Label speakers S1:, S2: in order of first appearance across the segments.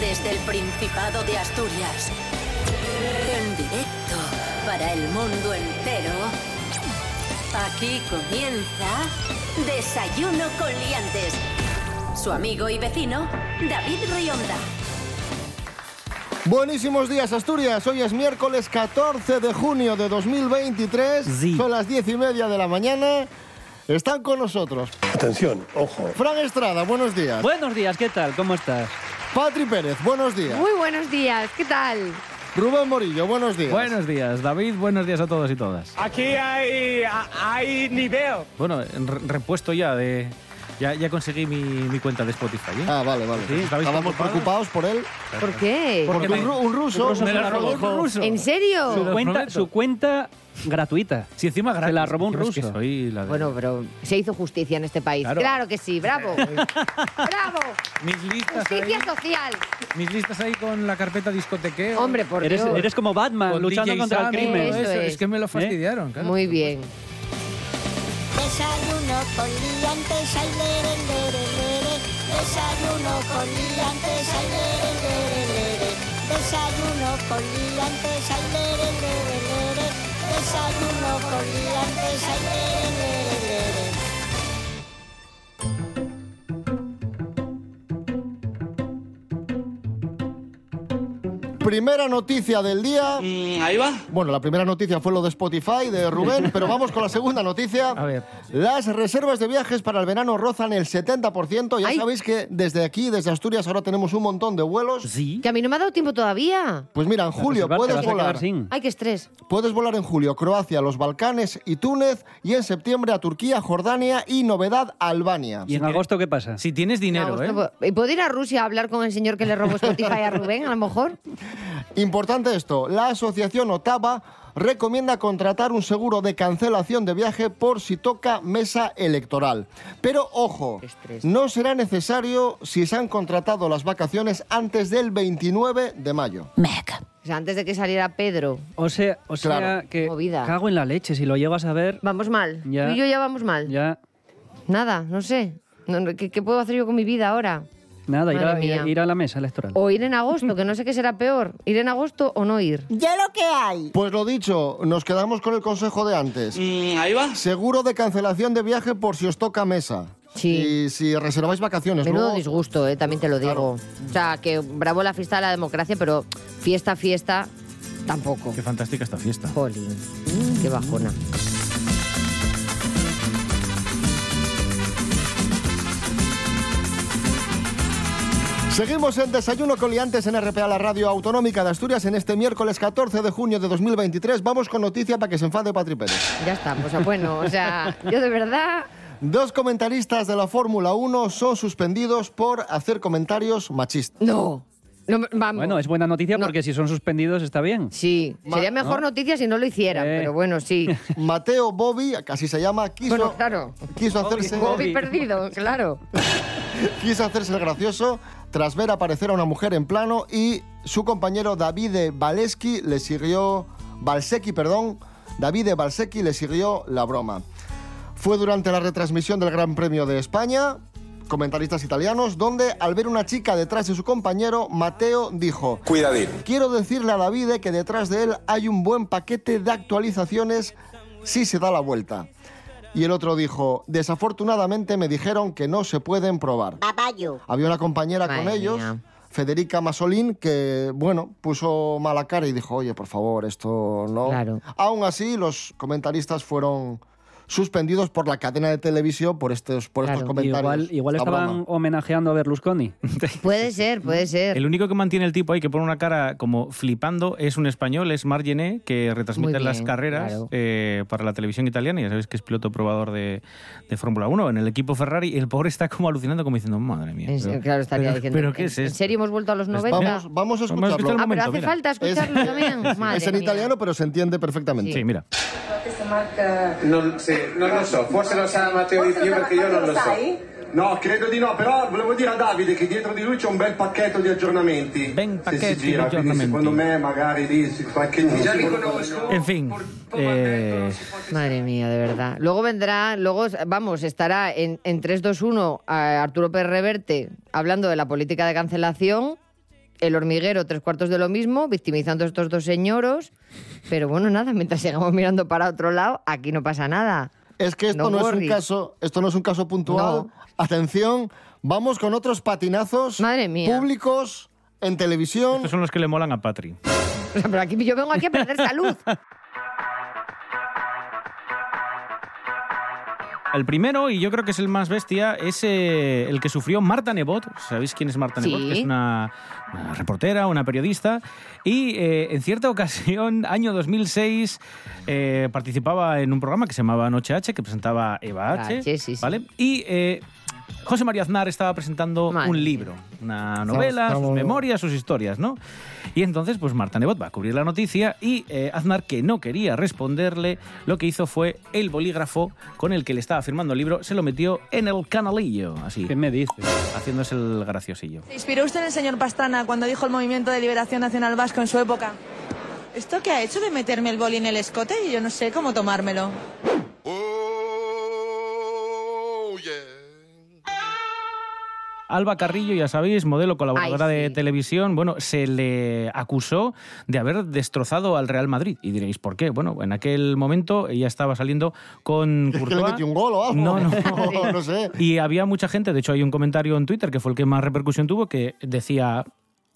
S1: Desde el Principado de Asturias. En directo para el mundo entero. Aquí comienza Desayuno con Liantes. Su amigo y vecino, David Rionda.
S2: Buenísimos días, Asturias. Hoy es miércoles 14 de junio de 2023.
S3: Sí.
S2: Son las diez y media de la mañana. Están con nosotros
S4: Atención, ojo.
S2: Fran Estrada, buenos días.
S3: Buenos días, ¿qué tal? ¿Cómo estás?
S2: Patri Pérez, buenos días.
S5: Muy buenos días, ¿qué tal?
S2: Rubén Morillo, buenos días.
S6: Buenos días, David. Buenos días a todos y todas.
S7: Aquí hay, a- hay nivel.
S6: Bueno, en re- repuesto ya de. Ya, ya conseguí mi, mi cuenta de Spotify. ¿eh?
S2: Ah, vale, vale.
S6: Sí, ¿estabais
S2: Estábamos preocupados
S6: preocupados?
S2: por él.
S5: ¿Por qué?
S2: Porque
S6: me-
S2: un, ru- un ruso.
S3: un
S2: un
S3: ruso me la
S2: ruso-
S3: robó.
S5: ¿En serio?
S3: Su
S6: los
S3: cuenta,
S6: prometo.
S3: su cuenta gratuita.
S6: Si encima gratis.
S3: Ah, Se la robó un
S6: encima es que
S3: ruso.
S6: soy la de-
S5: Bueno, pero se hizo justicia en este país. Claro,
S6: Claro.
S5: que sí, bravo. bravo.
S6: Mis listas, ahí,
S5: Justicia social.
S6: mis listas ahí con la carpeta discotequeo.
S5: Hombre, por
S3: Eres,
S5: Dios.
S3: eres como Batman
S6: con
S3: luchando
S6: DJ
S3: contra el
S6: Sam,
S3: crimen. ¿Eh?
S6: todo
S5: Eso
S6: eso.
S5: es.
S6: Es. que me lo fastidiaron. claro.
S5: Muy bien.
S8: Desayuno con liantes, ay, lere, lere, lere. Desayuno con liantes, ay, lere, lere, lere. Desayuno con liantes, ay, lere, lere, lere. Desayuno con liantes, ay, lere, lere, lere.
S2: Primera noticia del día.
S7: Mm, ahí va.
S2: Bueno, la primera noticia fue lo de Spotify de Rubén, pero vamos con la segunda noticia.
S6: A ver.
S2: Las reservas de viajes para el verano rozan el 70%. Ya
S5: Ay.
S2: sabéis que desde aquí, desde Asturias, ahora tenemos un montón de vuelos.
S6: Sí.
S5: Que a mí no me ha dado tiempo todavía.
S2: Pues mira, en julio
S3: Reservar, te
S2: puedes
S3: vas a
S2: volar.
S3: quedar sin.
S5: Ay, qué estrés.
S2: Puedes volar en julio a Croacia, los Balcanes y Túnez, y en septiembre a Turquía, Jordania y novedad Albania.
S3: ¿Y en agosto qué pasa?
S6: Si tienes dinero,
S5: Vamos,
S6: ¿eh?
S5: no puedo- ¿Y ¿Puedo ir a Rusia a hablar con el señor que le robó Spotify a Rubén, a lo mejor?
S2: Importante esto, la asociación Otava recomienda contratar un seguro de cancelación de viaje por si toca mesa electoral. Pero ojo,
S5: Estrés.
S2: no será necesario si se han contratado las vacaciones antes del 29 de mayo.
S5: O sea, antes de que saliera Pedro.
S3: O sea, o sea
S2: Claro.
S3: que
S5: Movida.
S3: cago en la leche si lo llevas a ver.
S5: Vamos mal.
S3: Ya.
S5: Tú y yo ya vamos mal.
S3: Ya,
S5: Nada, no sé. No, no, ¿qué, qué puedo hacer yo con mi vida ahora?
S3: nada, ir a,
S5: Madre mía. Oh,
S3: ir a la mesa electoral.
S5: O ir en agosto, que no sé qué será peor. ¿Ir en agosto o no ir?
S8: Yo lo que hay.
S2: Pues lo dicho, nos quedamos con el consejo de antes.
S7: Mm, ahí va.
S2: Seguro de cancelación de viaje por si os toca mesa.
S5: Sí.
S2: Y si reserváis vacaciones,
S5: Menudo
S2: luego-
S5: disgusto, eh, también te lo digo. O sea, que bravo la fiesta de la democracia, pero fiesta, fiesta, tampoco.
S6: Qué fantástica esta fiesta.
S5: Jolín, qué bajona.
S2: Seguimos en Desayuno con Liantes en RPA, la radio autonómica de Asturias. En este miércoles 14 de junio de 2023 vamos con noticia para que se enfade Patri Pérez.
S5: Ya está, o sea, bueno, o sea, yo de verdad...
S2: Dos comentaristas de la Fórmula 1 son suspendidos por hacer comentarios machistas.
S5: No, no me- vamos.
S3: Bueno, es buena noticia porque si son suspendidos está bien.
S5: Sí, sería mejor noticia si no lo hicieran,
S3: Eh.
S5: pero bueno, sí.
S2: Mateo Bobby, casi se llama, quiso,
S5: Bueno, claro.
S2: quiso, hacerse,
S5: Bobby perdido, claro.
S2: quiso hacerse el gracioso tras ver aparecer a una mujer en plano y su compañero Davide Valesky le siguió... Balsecki, perdón. Davide Balsecki le siguió la broma. Fue durante la retransmisión del Gran Premio de España, comentaristas italianos, donde al ver una chica detrás de su compañero, Mateo dijo,
S4: Cuidadín.
S2: quiero decirle a Davide que detrás de él hay un buen paquete de actualizaciones si se da la vuelta. Y el otro dijo, desafortunadamente me dijeron que no se pueden probar.
S8: Babayo.
S2: Había una compañera con
S5: Madre
S2: ellos,
S5: mía.
S2: Federica Masolín, que, bueno, puso mala cara y dijo, oye, por favor, esto no.
S5: Claro.
S2: Aún así, los comentaristas fueron suspendidos por la cadena de televisión por estos, por estos
S5: Claro.
S2: comentarios.
S3: Igual, igual
S2: La
S3: estaban
S2: broma.
S3: homenajeando a Berlusconi.
S5: Puede ser, puede ser.
S6: El único que mantiene el tipo ahí que pone una cara como flipando es un español, es Margené, que retransmite
S5: Muy bien,
S6: las carreras
S5: claro.
S6: eh, para la televisión italiana. Ya sabéis que es piloto probador de, de Fórmula 1 en el equipo Ferrari. El pobre está como alucinando, como diciendo, madre mía.
S5: En-
S6: pero-
S5: claro, estaría
S6: pero-
S5: diciendo.
S6: ¿Pero qué
S5: ¿en-
S6: es
S5: ¿En
S6: esto? Pues
S5: serio hemos vuelto a los 90?
S2: Vamos, vamos a
S6: Vamos a
S2: escucharlo.
S6: escuchar un
S5: Ah, pero
S6: momento,
S5: hace
S6: mira.
S5: falta escucharlo también. Madre
S2: es en
S5: mía.
S2: italiano, pero se entiende perfectamente.
S6: Sí, mira.
S9: Non, sì, non lo so, forse lo sa Matteo di più perché io non lo so. No, credo di no, però volevo dire a Davide che dietro di lui c'è un bel pacchetto di aggiornamenti.
S6: Ben
S9: se
S6: pacchetto
S9: si
S6: di
S9: gira, quindi
S6: aggiornamenti.
S9: secondo me magari lì si fa che Già li conosco.
S6: En fin. eh,
S5: Madre mía, de verdad. Luego vendrá, luego, vamos, estará en, eh, en 3, 2, 1 a Arturo Pérez Reverte hablando de la política de cancelación El hormiguero, tres cuartos de lo mismo, victimizando a estos dos señoros. Pero bueno, nada, mientras sigamos mirando para otro lado, aquí no pasa nada.
S2: Es que esto
S5: No
S2: no, es un
S5: worries.
S2: caso, esto no es un caso puntual.
S5: No.
S2: Atención, vamos con otros patinazos
S5: Madre mía.
S2: públicos en televisión.
S6: Estos son los que le molan a Patri.
S5: O sea, pero aquí yo vengo aquí a perder salud.
S6: El primero, y yo creo que es el más bestia, es eh, el que sufrió Marta Nebot. ¿Sabéis quién es Marta
S5: Sí.
S6: Nebot? Que es una, una reportera, una periodista. Y eh, en cierta ocasión, año 2006, eh, participaba en un programa que se llamaba Noche H, que presentaba Eva
S5: Eva
S6: H.
S5: H, sí, sí.
S6: ¿vale? Y eh, José María Aznar estaba presentando
S5: Madre
S6: un
S5: mía.
S6: libro, una novela, sus memorias, sus historias, ¿no? Y entonces, pues Marta Nebot va a cubrir la noticia y eh, Aznar, que no quería responderle, lo que hizo fue el bolígrafo con el que le estaba firmando el libro, se lo metió en el canalillo, así,
S3: ¿Qué me dices?
S6: haciéndose el graciosillo.
S4: ¿Se inspiró usted en el señor Pastrana cuando dijo el Movimiento de Liberación Nacional Vasco en su época? ¿Esto que ha hecho de meterme el boli en el escote? Y yo no sé cómo tomármelo.
S6: Alba Carrillo, ya sabéis, modelo colaboradora
S5: Ay, sí.
S6: de televisión, bueno, se le acusó de haber destrozado al Real Madrid. Y diréis, ¿por qué? Bueno, en aquel momento ella estaba saliendo con
S2: Es que le
S6: Courtois.
S2: metió un gol o algo.
S6: No, no.
S2: no, no
S5: ¿eh?
S2: sé.
S6: Y había mucha gente, de hecho hay un comentario en Twitter que fue el que más repercusión tuvo, que decía,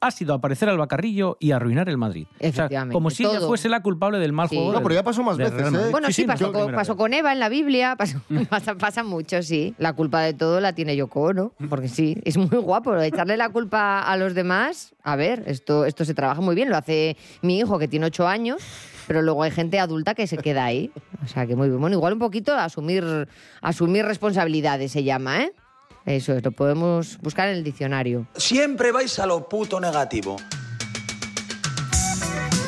S6: ha sido aparecer al Bacarrillo y arruinar el Madrid. O sea,
S5: Efectivamente,
S6: como si ella
S5: todo.
S6: fuese la culpable del mal
S5: Sí.
S6: juego.
S5: No,
S6: del-
S2: pero ya pasó más
S6: del
S2: veces,
S6: Real Madrid.
S2: ¿eh?
S5: Bueno, sí,
S6: no es la
S5: pasó, con,
S6: primera
S5: pasó
S6: vez.
S5: con Eva en la Biblia, pasó- pasa, pasa mucho, sí. La culpa de todo la tiene Yoko, ¿no? Porque sí, es muy guapo. Echarle la culpa a los demás, a ver, esto, esto se trabaja muy bien. Lo hace mi hijo, que tiene ocho años, pero luego hay gente adulta que se queda ahí. O sea, que muy bien. Bueno, igual un poquito asumir, asumir responsabilidades se llama, ¿eh? Eso es, lo podemos buscar en el diccionario.
S7: Siempre vais a lo puto negativo.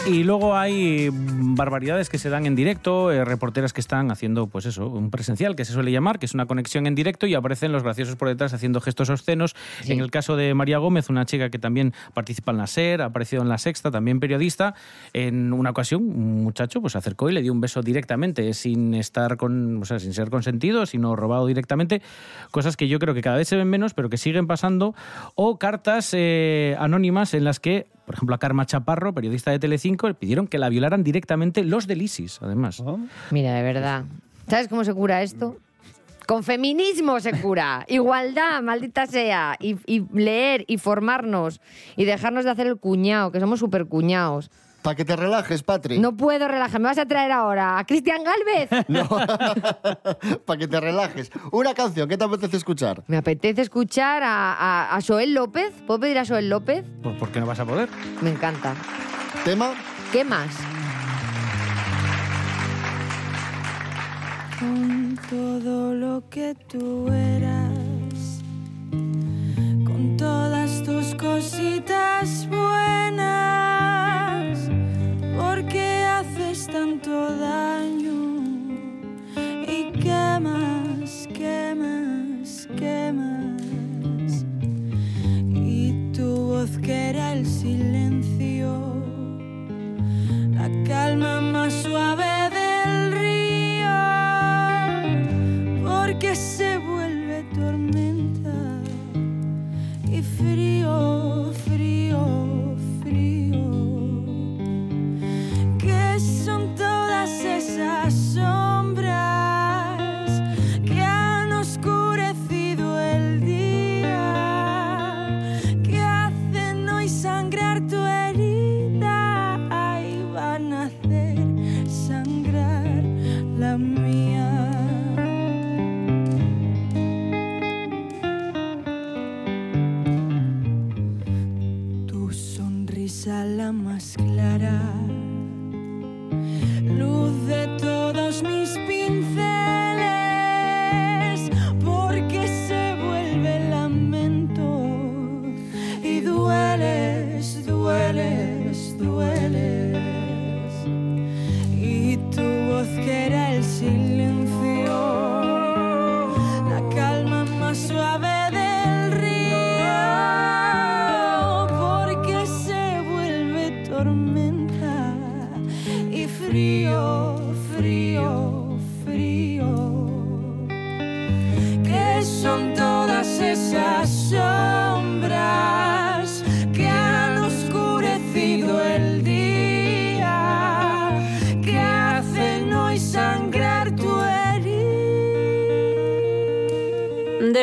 S6: Y luego hay barbaridades que se dan en directo, eh, reporteras que están haciendo, pues eso, un presencial que se suele llamar, que es una conexión en directo y aparecen los graciosos por detrás haciendo gestos obscenos.
S5: Sí.
S6: En el caso de María Gómez, una chica que también participa en la SER, ha aparecido en la Sexta, también periodista, en una ocasión un muchacho pues se acercó y le dio un beso directamente, sin estar con, o sea, sin ser consentido, sino robado directamente, cosas que yo creo que cada vez se ven menos, pero que siguen pasando, o cartas eh, anónimas en las que por ejemplo, a Karma Chaparro, periodista de Telecinco, le pidieron que la violaran directamente los del ISIS, además.
S5: Mira, de verdad. ¿Sabes cómo se cura esto? Con feminismo se cura. Igualdad, maldita sea. Y, y leer y formarnos. Y dejarnos de hacer el cuñado, que somos súper cuñados.
S2: Para que te relajes, Patri.
S5: No puedo relajarme. ¿Me vas a traer ahora a Cristian Galvez?
S2: Para que te relajes. Una canción, ¿qué te apetece escuchar?
S5: Me apetece escuchar a, a, a Joel López. ¿Puedo pedir a Joel López?
S6: Pues, ¿Por, por qué no vas a poder?
S5: Me encanta.
S2: Tema.
S5: ¿Qué más?
S4: Con todo lo que tú eras, con todas tus cositas buenas, porque haces tanto daño y quemas, quemas, quemas. Y tu voz que era el silencio la calma más suave del río, porque se vuelve tormenta y frío, frío, frío, que son todas esas sombras que han oscurecido el día, que hacen hoy sangrar tu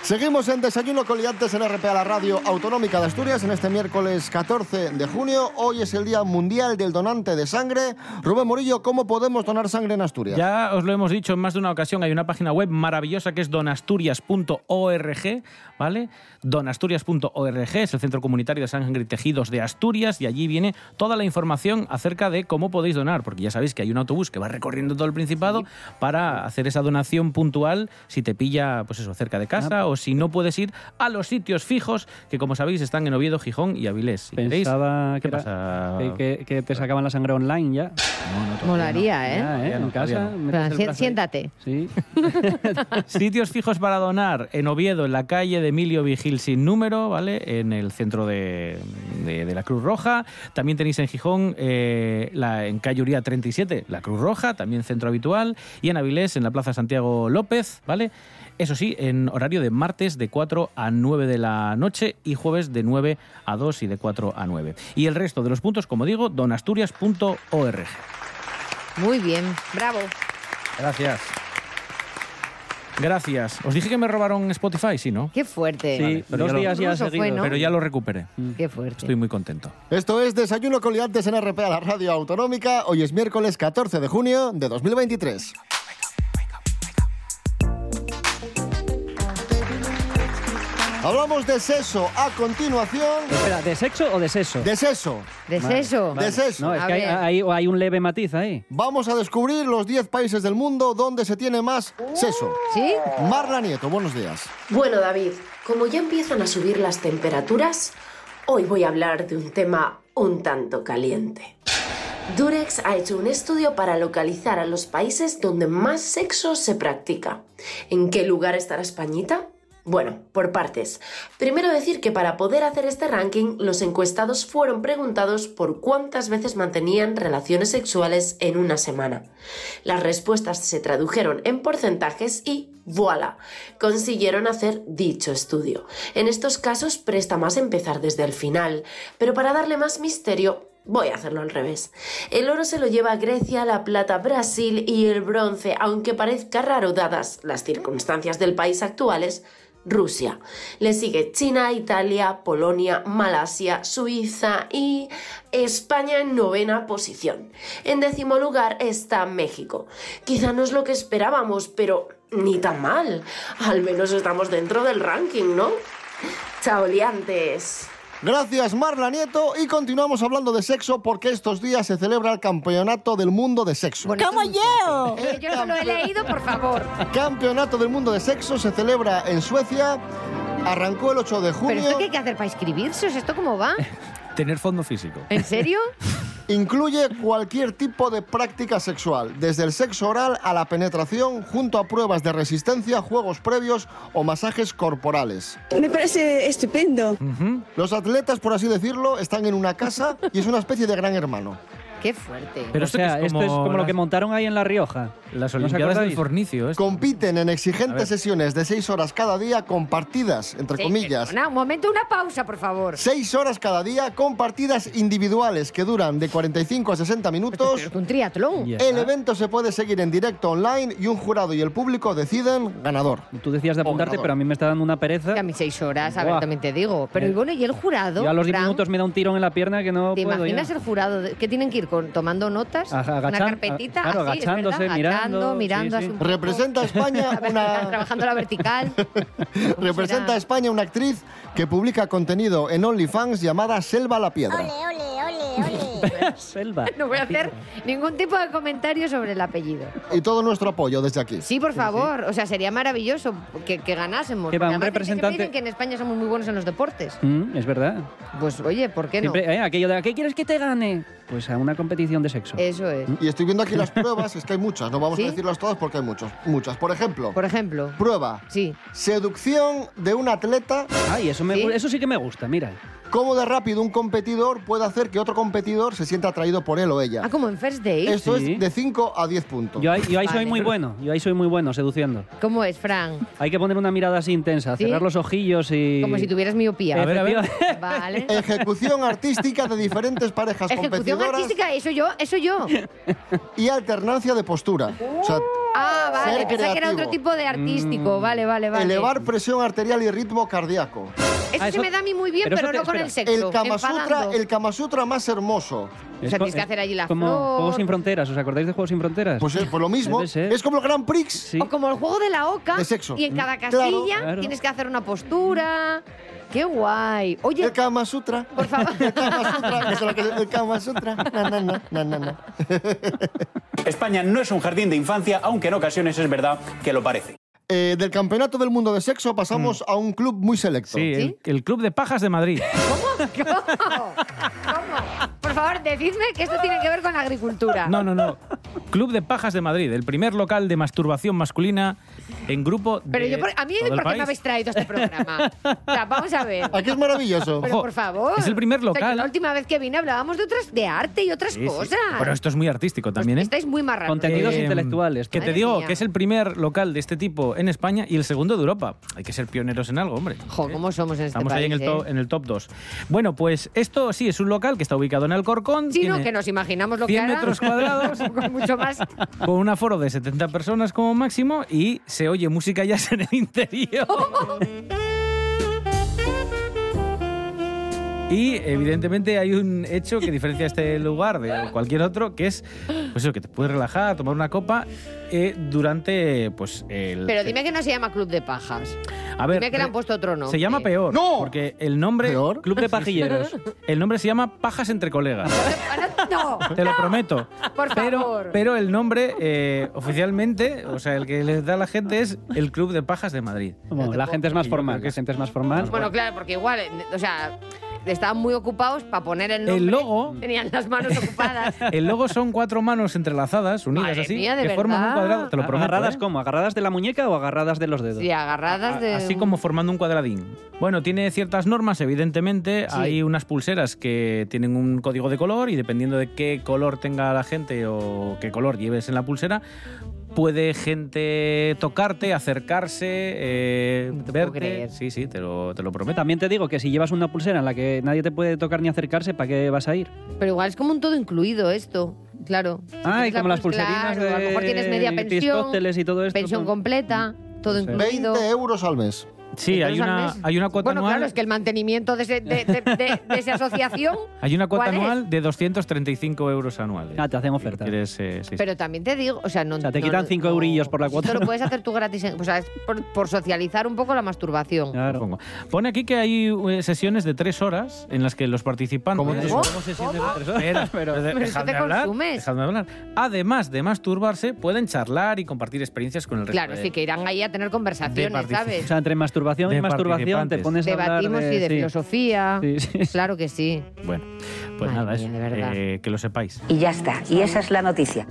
S2: Seguimos en Desayuno con Liantes en RPA, la radio autonómica de Asturias, en este miércoles 14 de junio. Hoy es el Día Mundial del Donante de Sangre. Rubén Morillo, ¿cómo podemos donar sangre en Asturias?
S6: Ya os lo hemos dicho en más de una ocasión, hay una página web maravillosa que es donasturias.org, ¿vale? Donasturias.org es el centro comunitario de sangre y tejidos de Asturias y allí viene toda la información acerca de cómo podéis donar, porque ya sabéis que hay un autobús que va recorriendo todo el Principado para hacer esa donación puntual si te pilla, pues eso, cerca de casa
S3: Ah.
S6: o si no puedes ir a los sitios fijos que, como sabéis, están en Oviedo, Gijón y Avilés. Si queréis-
S3: Pensaba que,
S6: ¿Qué
S3: era-
S6: pasa?
S3: que- que- que te sacaban la sangre online ya.
S5: Molaría, ¿eh?
S3: Ya,
S6: Ya
S3: En
S6: no,
S3: casa.
S6: todavía no.
S3: metes
S5: Plan,
S3: el
S5: si-
S3: brazo ahí.
S5: siéntate.
S3: Sí.
S6: Sitios fijos para donar en Oviedo, en la calle de Emilio Vigil sin número, ¿vale? En el centro de, de- de la Cruz Roja. También tenéis en Gijón, eh, la, en calle Uría 37, la Cruz Roja, también centro habitual. Y en Avilés, en la Plaza Santiago López, ¿vale? Eso sí, en horario de martes de 4 a 9 de la noche y jueves de 9 a 2 y de 4 a 9. Y el resto de los puntos, como digo, donasturias.org.
S5: Muy bien, bravo.
S6: Gracias. Gracias. Os dije que me robaron Spotify, sí, ¿no?
S5: Qué fuerte.
S3: Sí,
S6: pero
S3: dos
S6: ya lo-
S3: días ya
S5: Incluso fue,
S3: seguidos.
S5: ¿no?
S6: Pero ya lo recuperé.
S5: Qué fuerte.
S6: Estoy muy contento.
S2: Esto es Desayuno con Liantes en RPA, la radio autonómica. Hoy es miércoles 14 de junio de 2023. Hablamos de sexo a continuación.
S3: Espera, ¿de sexo o de seso?
S2: De sexo.
S5: ¿De
S3: Vale,
S5: seso?
S2: vale. De seso.
S3: No, es
S5: A
S3: que hay,
S5: ver.
S3: hay- hay un leve matiz ahí.
S2: Vamos a descubrir los 10 países del mundo donde se tiene más sexo.
S5: ¿Sí?
S2: Marla Nieto, buenos días.
S10: Bueno, David, como ya empiezan a subir las temperaturas, hoy voy a hablar de un tema un tanto caliente. Durex ha hecho un estudio para localizar a los países donde más sexo se practica. ¿En qué lugar estará Españita? Bueno, por partes. Primero decir que para poder hacer este ranking, los encuestados fueron preguntados por cuántas veces mantenían relaciones sexuales en una semana. Las respuestas se tradujeron en porcentajes y voilà, consiguieron hacer dicho estudio. En estos casos presta más empezar desde el final, pero para darle más misterio, Voy a hacerlo al revés. El oro se lo lleva Grecia, la plata Brasil y el bronce, aunque parezca raro dadas las circunstancias del país actuales, Rusia. Le sigue China, Italia, Polonia, Malasia, Suiza y España en novena posición. En décimo lugar está México. Quizá no es lo que esperábamos, pero ni tan mal. Al menos estamos dentro del ranking, ¿no? Chao, liantes.
S2: Gracias Marla Nieto y continuamos hablando de sexo porque estos días se celebra el Campeonato del Mundo de Sexo.
S5: ¿Cómo yo? Yo no lo he leído, por favor.
S2: Campeonato del Mundo de Sexo se celebra en Suecia. Arrancó el 8 de
S5: ¿Pero
S2: junio.
S5: esto qué hay que hacer para inscribirse? ¿O sea, ¿Esto cómo va?
S6: Tener fondo físico.
S5: ¿En serio?
S2: Incluye cualquier tipo de práctica sexual, desde el sexo oral a la penetración, junto a pruebas de resistencia, juegos previos o masajes corporales.
S4: Me parece estupendo.
S6: Ujú.
S2: Los atletas, por así decirlo, están en una casa y es una especie de gran hermano.
S5: Qué fuerte.
S6: Pero
S3: o
S6: esto
S3: sea,
S6: que es
S3: esto
S6: como
S3: es como lo
S6: las-
S3: que montaron ahí en La Rioja.
S6: Las
S3: ¿No os
S6: Olimpiadas del
S3: acordáis?
S6: Fornicio. esto.
S2: Compiten en exigentes sesiones de 6 horas cada día compartidas, entre
S5: Sí,
S2: comillas.
S5: perdona, un momento, una pausa, por favor.
S2: 6 horas cada día con partidas individuales que duran de 45 a 60 minutos.
S5: Es un triatlón.
S3: Ya.
S2: El evento se puede seguir en directo online y un jurado y el público deciden ganador.
S3: Tú decías de apuntarte,
S2: Obrador.
S3: pero a mí me está dando una pereza.
S5: Que A mis seis horas, a
S3: Buah.
S5: ver, también te digo. Pero y bueno, ¿y el jurado?
S3: Yo a los 10
S5: Fran?
S3: minutos me da un tirón en la pierna que no
S5: ¿Te
S3: puedo ya.
S5: imaginas el jurado? de- ¿Qué tienen que ir con, tomando notas?
S3: Ajá,
S5: una
S3: agachan-
S5: carpetita,
S3: a- claro,
S5: así, es
S3: agachándose,
S5: verdad,
S3: mirando,
S5: agachando, mirando
S3: sí,
S5: así
S3: sí.
S5: un poco.
S2: Representa a España una
S5: Trabajando la vertical. ¿Cómo
S2: representa a
S5: será?
S2: España una actriz que publica contenido en OnlyFans llamada Selva la
S8: Ole,
S2: Piedra.
S8: ole, ole, ole.
S3: Selva.
S5: No voy a hacer ningún tipo de comentario sobre el apellido.
S2: Y todo nuestro apoyo desde aquí.
S5: Sí, por favor. O sea, sería maravilloso que, que ganásemos.
S3: Que va,
S5: Porque
S3: un
S5: además dicen- siempre
S3: representante-
S5: dicen que en España somos muy buenos en los deportes.
S3: Mm, es verdad.
S5: Pues oye, ¿por qué no?
S3: Siempre, eh, aquello de, ¿qué quieres que te gane? Pues a una competición de sexo.
S5: Eso es.
S2: Y estoy viendo aquí las pruebas, es que hay muchas, no vamos
S5: ¿Sí?
S2: a decirlas todas porque hay muchos, muchas. Por ejemplo,
S5: Por ejemplo.
S2: prueba
S5: Sí.
S2: seducción de un atleta,
S3: Ay, eso, me,
S5: ¿Sí?
S3: gu- eso sí que me gusta, mira.
S2: cómo de rápido un competidor puede hacer que otro competidor se sienta atraído por él o
S5: Ah,
S2: ella.
S5: como en First Date.
S2: Esto
S3: Sí.
S2: es de 5 a 10 puntos.
S3: Yo ahí, yo ahí soy
S5: Vale.
S3: muy bueno, yo ahí soy muy bueno seduciendo.
S5: ¿Cómo es, Fran?
S3: Hay que poner una mirada así intensa,
S5: ¿Sí?
S3: cerrar los ojillos y...
S5: Como si tuvieras miopía.
S3: A ver, a ver.
S5: Efectivamente. Vale.
S2: Ejecución artística de diferentes parejas
S5: Ejecución
S2: competidoras
S5: artística, eso yo, eso yo.
S2: y alternancia de postura. O sea,
S5: Ah, vale,
S2: Ser
S5: pensaba que era
S2: creativo.
S5: otro tipo de artístico. Vale, vale, vale.
S2: Elevar presión arterial y ritmo cardíaco.
S5: Eso
S3: Ah,
S5: se
S3: eso-
S5: me da a mí muy bien,
S3: pero
S5: pero,
S3: eso te-
S5: no con el
S3: espera.
S5: sexo.
S2: El Kama, Sutra,
S5: enfadando.
S2: el Kama Sutra más hermoso.
S5: sea,
S3: co-
S5: tienes que hacer allí la
S3: como
S5: flor.
S3: Juegos sin Fronteras. ¿Os acordáis de Juegos sin Fronteras?
S2: Pues es por lo mismo.
S3: Debe ser.
S2: Es como el Grand Prix.
S3: sí.
S5: O como el juego de la oca.
S2: De sexo.
S5: Y en cada
S2: Claro.
S5: casilla
S3: Claro.
S5: tienes que hacer una postura. ¡Qué guay! Oye,
S2: El Kama Sutra.
S5: por favor.
S2: El Kama Sutra. que es lo que- El Kama Sutra. Na, na, na, na, na, na.
S11: España no es un jardín de infancia, aunque en ocasiones es verdad que lo parece.
S2: Eh, del Campeonato del Mundo de Sexo pasamos a un club muy selecto.
S6: Sí, el, el Club de Pajas de Madrid.
S5: ¿Cómo? ¿Cómo? Por favor, decidme que esto tiene que ver con la agricultura.
S6: No, no, no. Club de Pajas de Madrid, el primer local de masturbación masculina en grupo de
S5: Pero yo, por- a mí,
S6: todo el
S5: ¿por qué
S6: país.
S5: me habéis traído a este programa? O sea, vamos a ver.
S2: Aquí es maravilloso.
S5: Pero
S6: Ojo,
S5: por favor.
S6: es el primer
S5: O sea, que
S6: local. ¿eh?
S5: la última vez que vine hablábamos de otras de arte y otras
S6: Sí, sí.
S5: cosas. Pues
S6: Pero esto es muy artístico también, ¿eh?
S5: Estáis muy marranos.
S3: Contenidos
S6: Eh,
S3: intelectuales.
S6: Que te
S5: Madre
S6: digo
S5: mía.
S6: que es el primer local de este tipo en España y el segundo de Europa. Hay que ser pioneros en algo, hombre.
S5: Jo, ¿cómo somos en este
S6: Estamos ahí en el,
S5: país, eh?
S6: top, en el top 2. Bueno, pues esto sí es un local que está ubicado en Alcorcón.
S5: Sí, no,
S6: tiene-
S5: que nos imaginamos lo
S6: 100
S5: que hará.
S6: metros cuadrados.
S5: Tampoco mucho más.
S6: Con un aforo de 70 personas como máximo y se oye música jazz en el interior. Y evidentemente hay un hecho que diferencia este lugar de cualquier otro, que es pues eso, que te puedes relajar, tomar una copa eh, durante pues el.
S5: Pero dime que no se llama Club de Pajas.
S6: A ver,
S5: dime que le han
S6: re-
S5: puesto otro nombre.
S6: Se llama peor.
S2: ¡No!
S6: Porque el nombre.
S2: ¿Peor?
S6: Club de pajilleros. El nombre se llama Pajas entre colegas.
S5: No.
S6: Te lo prometo.
S5: Por
S6: pero,
S5: favor.
S6: Pero el nombre eh, oficialmente, o sea, el que les da la gente es el Club de Pajas de Madrid.
S3: Bueno, la gente es más
S6: Yo creo
S3: formal.
S6: que
S3: La
S6: es-
S3: gente es más formal.
S5: Bueno, claro, porque igual, eh, o sea, estaban muy ocupados para poner el nombre.
S6: El logo.
S5: Tenían las manos ocupadas.
S6: El logo son cuatro manos entrelazadas, unidas
S5: Madre
S6: así,
S5: mía, de
S6: que forman un
S5: verdad.
S6: cuadrado. Te lo prometo.
S3: ¿Agarradas
S6: ¿eh?
S3: cómo? ¿Agarradas de la muñeca o agarradas de los dedos?
S5: Y agarradas de.
S6: A- Así como formando un cuadradín. Bueno, tiene ciertas normas, evidentemente.
S5: Sí.
S6: Hay unas pulseras que tienen un código de color y dependiendo de qué color tenga la gente o qué color lleves en la pulsera, puede gente tocarte, acercarse, eh,
S5: No te puedo
S6: verte.
S5: creer.
S6: Sí, sí, te lo, te lo prometo.
S3: También te digo que si llevas una pulsera en la que nadie te puede tocar ni acercarse, ¿para qué vas a ir?
S5: Pero igual es como un todo incluido esto. Claro. Si
S3: Ah, y
S5: tienes la
S3: como las
S5: pul-
S3: pulserinas
S5: claro, A lo
S3: de
S5: mejor tienes media pensión.
S3: Aristóteles y todo esto,
S5: Pensión
S3: son-
S5: completa, todo
S3: sé.
S5: incluido.
S2: 20 euros al mes.
S6: Sí, hay
S5: Entonces, al
S6: una,
S5: mes-
S6: hay una cuota
S5: bueno,
S6: anual.
S5: claro, es que el mantenimiento de, ese- de- de- de- de esa asociación.
S6: Hay una cuota
S5: ¿cuál es?
S6: anual de 235 euros anuales.
S3: Ah, te hacen oferta.
S6: ¿Quieres, eh, sí, sí.
S5: Pero también te digo, o sea, no.
S3: O sea, te
S5: no-
S3: quitan cinco
S5: no-
S3: eurillos por la cuota,
S5: Esto lo
S3: ¿no?
S5: puedes hacer tú gratis, en- o sea, es por, por socializar un poco la masturbación.
S3: Claro.
S6: Supongo. Pone aquí que hay eh, sesiones de tres horas en las que los participantes.
S2: ¿Cómo te-
S6: ¿Cómo?
S3: se siente la persona?
S6: Espera, pero de-
S5: Pero es que
S6: dejadme
S5: te
S6: hablar,
S5: consumes.
S6: dejadme hablar. Además de masturbarse, pueden charlar y compartir experiencias
S3: pues,
S6: con el resto.
S5: Claro,
S3: eh,
S6: de-
S5: sí, que irán ahí a tener
S6: de
S5: conversaciones,
S6: particip-
S5: ¿sabes?
S3: O sea, entre masturbación
S6: De
S3: y masturbación te
S6: participantes.
S3: pones a hablar
S5: Debatimos
S3: de,
S5: y de
S3: sí.
S5: filosofía.
S3: Sí, sí.
S5: Claro que sí.
S6: Bueno, pues nada,
S5: Madre mía,
S6: es-
S5: de verdad.
S6: eh, que lo sepáis.
S12: Y ya está, y esa es la noticia.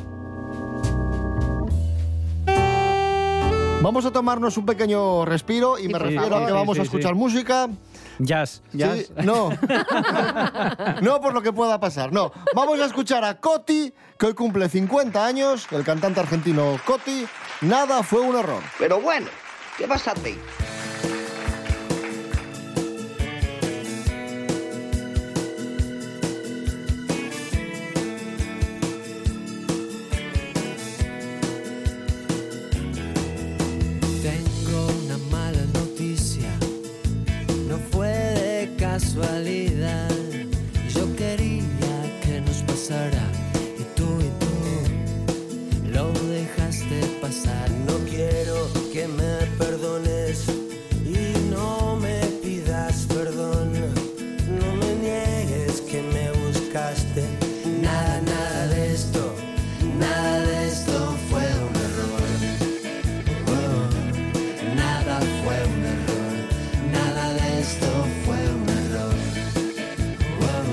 S2: Vamos a tomarnos un pequeño respiro y
S5: Sí,
S2: me
S5: por
S2: refiero a
S5: favor.
S2: que vamos
S3: Sí,
S2: a
S3: sí, sí.
S2: escuchar música.
S6: Jazz.
S3: Ya.
S2: Sí, no. no por lo que pueda pasar, no. Vamos a escuchar a Coti, que hoy cumple 50 años, el cantante argentino Coti. Nada fue un error.
S12: Pero bueno, ¿qué pasa a ti?
S13: Tengo una mala noticia, no fue de casualidad. Yo quería que nos pasara y tú y tú lo dejaste pasar. No quiero que me perdones y no me pidas perdón. No me niegues que me buscaste. Nada, nada de esto, nada de esto fue un error. Oh, nada fue un error, nada de esto fue un error.
S14: Oh,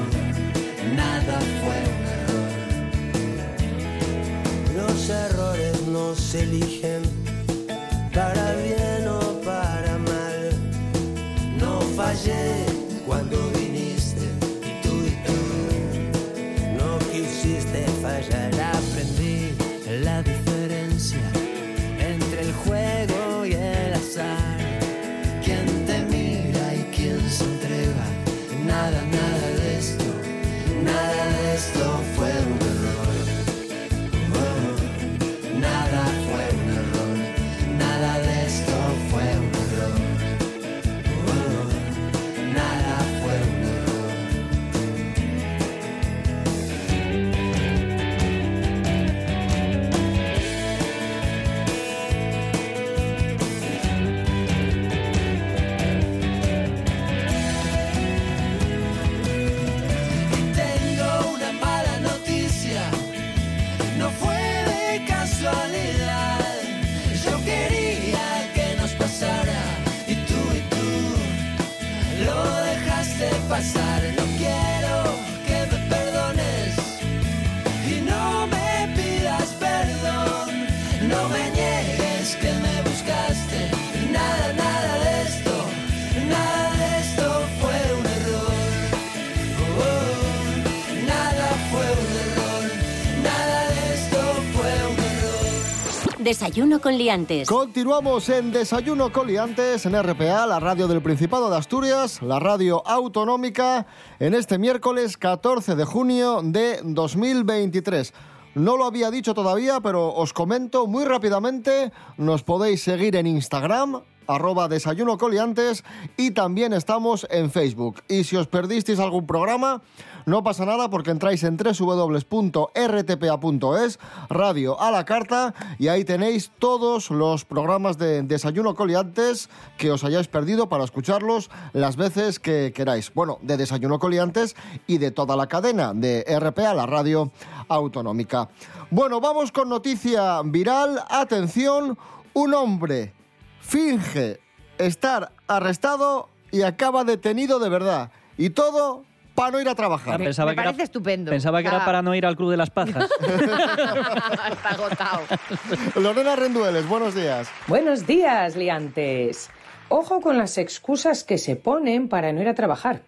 S1: Desayuno con liantes.
S2: Continuamos en Desayuno Coliantes en RPA, la radio del Principado de Asturias, la radio autonómica, en este miércoles 14 de junio de 2023. No lo había dicho todavía, pero os comento muy rápidamente, nos podéis seguir en Instagram arroba desayuno coliantes y también estamos en Facebook. Y si os perdisteis algún programa, no pasa nada porque entráis en www.rtpa.es, radio a la carta, y ahí tenéis todos los programas de desayuno coliantes que os hayáis perdido para escucharlos las veces que queráis. Bueno, de desayuno coliantes y de toda la cadena de RPA, la radio autonómica. Bueno, vamos con noticia viral. Atención, un hombre finge estar arrestado y acaba detenido de verdad. Y todo para no ir a trabajar.
S5: Me, me parece estupendo.
S3: Pensaba que era
S5: Ah,
S3: para no ir al Club de las Pajas.
S5: Está agotado.
S2: Lorena Rendueles, buenos días.
S15: Buenos días, liantes. Ojo con las excusas que se ponen para no ir a trabajar,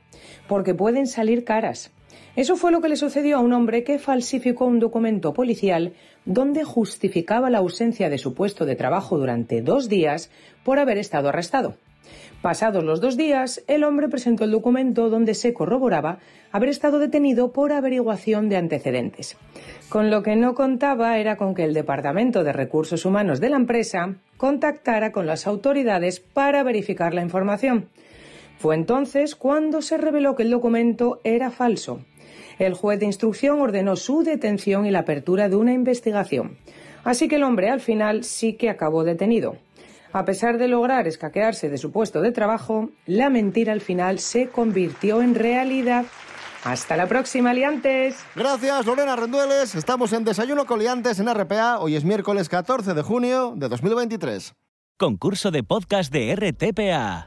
S15: porque pueden salir caras. Eso fue lo que le sucedió a un hombre que falsificó un documento policial donde justificaba la ausencia de su puesto de trabajo durante dos días por haber estado arrestado. Pasados los dos días, el hombre presentó el documento donde se corroboraba haber estado detenido por averiguación de antecedentes. Con lo que no contaba era con que el Departamento de Recursos Humanos de la empresa contactara con las autoridades para verificar la información. Fue entonces cuando se reveló que el documento era falso. El juez de instrucción ordenó su detención y la apertura de una investigación. Así que el hombre al final sí que acabó detenido. A pesar de lograr escaquearse de su puesto de trabajo, la mentira al final se convirtió en realidad. Hasta la próxima, aliantes.
S2: Gracias, Lorena Rendueles. Estamos en Desayuno Coliantes en RPA. Hoy es miércoles 14 de junio de 2023.
S16: Concurso de podcast de RTPA.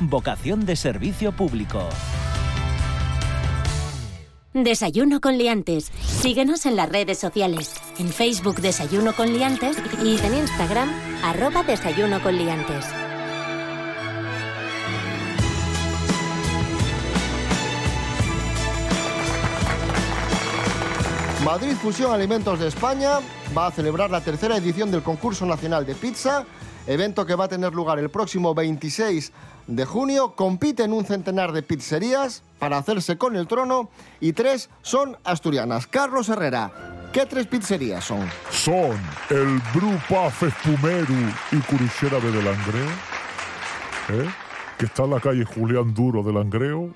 S16: Vocación de servicio público.
S1: Desayuno con liantes. Síguenos en las redes sociales. En Facebook Desayuno con liantes y en Instagram arroba Desayuno con liantes.
S2: Madrid Fusión Alimentos de España va a celebrar la tercera edición del concurso nacional de pizza, evento que va a tener lugar el próximo 26 de junio. Compiten un centenar de pizzerías para hacerse con el trono y tres son asturianas. Carlos Herrera, ¿qué tres pizzerías son?
S14: Son el Bru Paf Espumeru y Curixera de Langreo, ¿eh? que está en la calle Julián Duro de Langreo.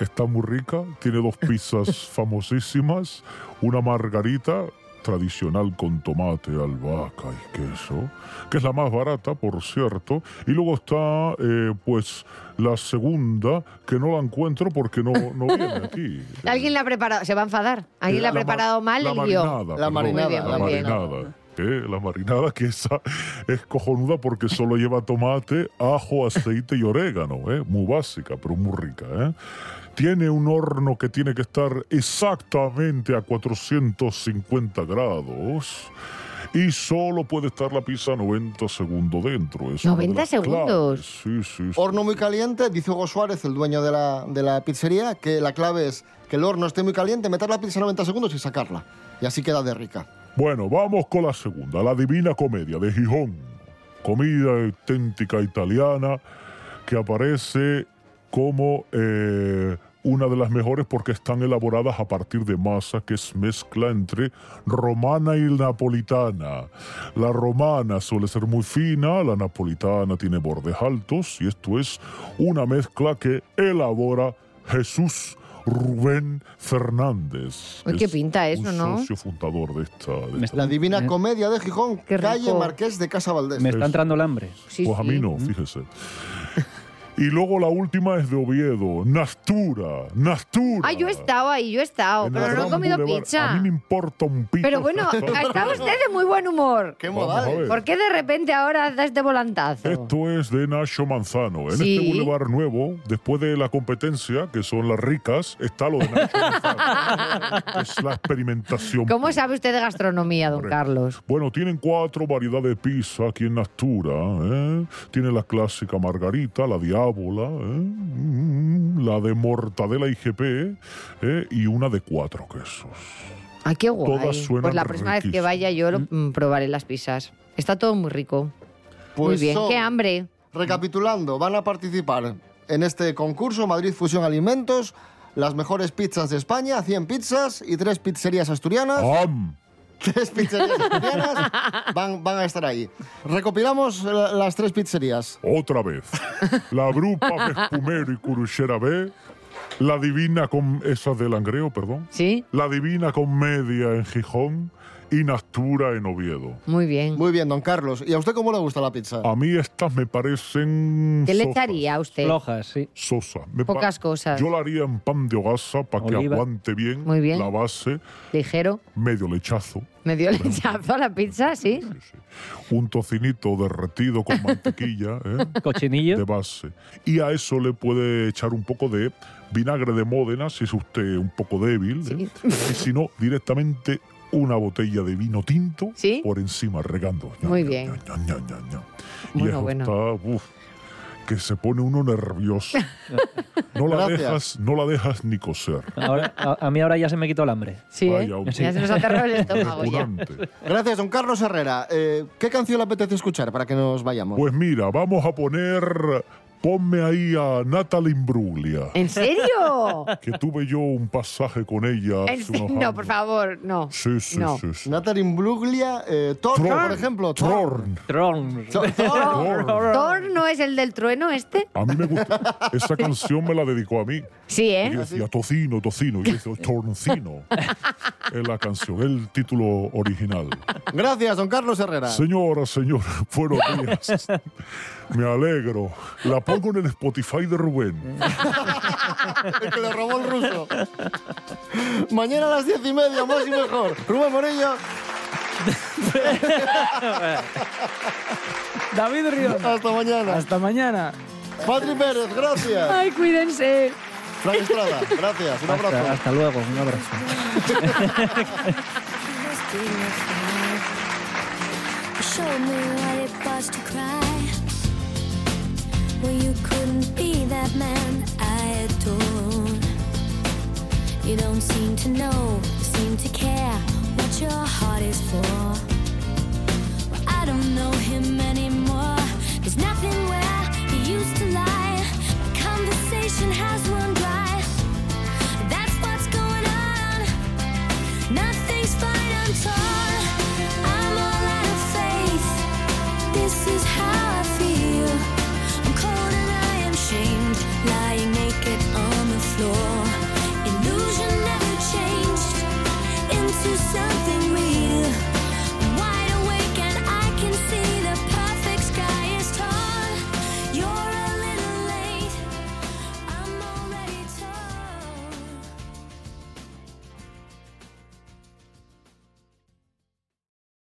S14: Está muy rica, tiene dos pizzas famosísimas, una margarita tradicional con tomate, albahaca y queso, que es la más barata, por cierto, y luego está eh, pues la segunda, que no la encuentro porque no, no viene aquí.
S5: Alguien la ha preparado, se va a enfadar. Alguien
S14: Eh,
S5: la ha
S14: mar-
S5: preparado mal
S14: la
S5: el
S14: marinada,
S5: guión.
S14: perdón. la
S5: Muy bien, muy bien.
S14: marinada. eh, la marinada que esa es cojonuda porque solo lleva tomate, ajo, aceite y orégano. eh, muy básica, pero muy rica. eh. Tiene un horno que tiene que estar exactamente a 450 grados. Y solo puede estar la pizza 90 segundos dentro. es una de
S5: 90
S14: las claves.
S5: segundos.
S14: Sí, sí, sí.
S2: Horno muy caliente, dice Hugo Suárez, el dueño de la, de la pizzería, que la clave es que el horno esté muy caliente, meter la pizza 90 segundos y sacarla. Y así queda de rica.
S14: Bueno, vamos con la segunda, la Divina Comedia de Gijón. Comida auténtica italiana que aparece como eh, una de las mejores porque están elaboradas a partir de masa que es mezcla entre romana y napolitana. La romana suele ser muy fina, la napolitana tiene bordes altos y esto es una mezcla que elabora Jesús Rubén Fernández.
S5: Uy, qué
S14: Es
S5: pinta eso,
S14: un
S5: ¿no?
S14: socio fundador de esta. de esta-
S2: La Divina
S5: Eh.
S2: Comedia de Gijón, calle Marqués de Casa Valdés.
S3: Me está entrando el hambre.
S14: Pues a mí no, fíjese. Y luego la última es de Oviedo, Nastura, Nastura.
S5: Ah, yo he estado ahí, yo he estado,
S14: En
S5: pero
S14: el
S5: no he
S14: Gran
S5: comido
S14: Boulevard.
S5: pizza.
S14: A mí me importa un pito.
S5: Pero bueno,
S14: ¿sabes?
S5: está usted de muy buen humor.
S14: Qué Vamos modales. a ver.
S5: ¿Por qué de repente ahora da este volantazo?
S14: Esto es de Nacho Manzano. En
S5: Sí.
S14: este boulevard nuevo, después de la competencia, que son las ricas, está lo de Nacho Manzano. es la experimentación.
S5: ¿Cómo sabe usted de gastronomía, don Carlos?
S14: Bueno, tienen cuatro variedades de pizza aquí en Nastura. ¿eh? Tiene la clásica margarita, la diábola, ¿eh? Mm, la de mortadela IGP ¿eh? y una de cuatro quesos.
S5: Ah, qué guay.
S14: Todas suenan
S5: pues la próxima vez que
S14: riquísimas.
S5: vaya yo lo- mm, probaré las pizzas. Está todo muy rico. muy
S2: Pues
S5: bien,
S2: son-
S5: qué hambre.
S2: Recapitulando, van a participar en este concurso Madrid Fusión Alimentos, las mejores pizzas de España, 100 pizzas y tres pizzerías asturianas.
S14: Oh.
S2: Tres pizzerías asturianas van, van a estar ahí. Recopilamos eh, las tres pizzerías.
S14: Otra vez. La Grupa Mezcumero y Curuchera B. La Divina con... Esa es de Langreo, perdón.
S5: Sí.
S14: La Divina Comedia en Gijón y Nastura en Oviedo.
S5: Muy bien.
S2: Muy bien, don Carlos. ¿Y a usted cómo le gusta la pizza?
S14: A mí estas me parecen...
S5: ¿Qué le
S14: sosa.
S5: echaría a usted?
S14: sí. Sosa. Me pa-
S5: Pocas cosas.
S14: Yo la haría en pan de hogaza para que
S5: Oliva.
S14: aguante bien,
S5: Muy bien.
S14: la base.
S5: Ligero.
S14: Medio lechazo.
S5: Me dio el lechazo a la pizza, sí.
S14: Un tocinito derretido con mantequilla. ¿eh?
S6: Cochinillo.
S14: De base. Y a eso le puede echar un poco de vinagre de Módena, si es usted un poco débil. ¿eh? Y si no, directamente una botella de vino tinto por encima, regando. Ña,
S5: Muy
S14: ña,
S5: bien.
S14: ña, ña, ña, ña. y
S5: Bueno,
S14: eso
S5: bueno.
S14: está... uf, que se pone uno nervioso. No la,
S17: Gracias.
S14: dejas, no la dejas ni coser.
S17: Ahora, a, a mí ahora ya se me quitó el hambre.
S5: Sí,
S14: ¿eh? Vaya,
S17: Sí.
S5: Ya se nos ha cerrado el estómago ya.
S2: Gracias, don Carlos Herrera. Eh, ¿Qué canción le apetece escuchar para que nos vayamos?
S14: Pues mira, vamos a poner... Ponme ahí a Natalie Imbruglia.
S5: ¿En serio?
S14: Que tuve yo un pasaje con ella
S5: En
S14: hace
S5: se-
S14: unos
S5: no,
S14: años.
S5: por favor, no.
S14: Sí, sí,
S5: No.
S14: sí, sí.
S2: Natalie Imbruglia, eh, Thor,
S14: Thor,
S2: por ejemplo.
S14: Thorn.
S17: Thorn.
S5: ¿Thor no es el del trueno este?
S14: A mí me gusta. Esa canción me la dedicó a mí.
S5: Sí,
S14: Y yo
S5: ¿eh?
S14: decía tocino, tocino. Y yo decía torncino. es la canción, el título original.
S2: Gracias, don Carlos Herrera.
S14: Señora, señor, buenos días. Me alegro. La pongo en el Spotify de Rubén.
S2: El que le robó el ruso. Mañana a las diez y media, más y mejor. Rubén Morillo.
S6: David Ríos.
S2: Hasta mañana.
S6: Hasta mañana.
S2: Patri Pérez, gracias.
S5: Ay, cuídense.
S2: Frank Estrada, gracias. Un abrazo.
S17: Hasta, hasta luego, un abrazo.
S18: Show me what it was to cry when you couldn't be that man I adored. You don't seem to know, seem to care what your heart is for.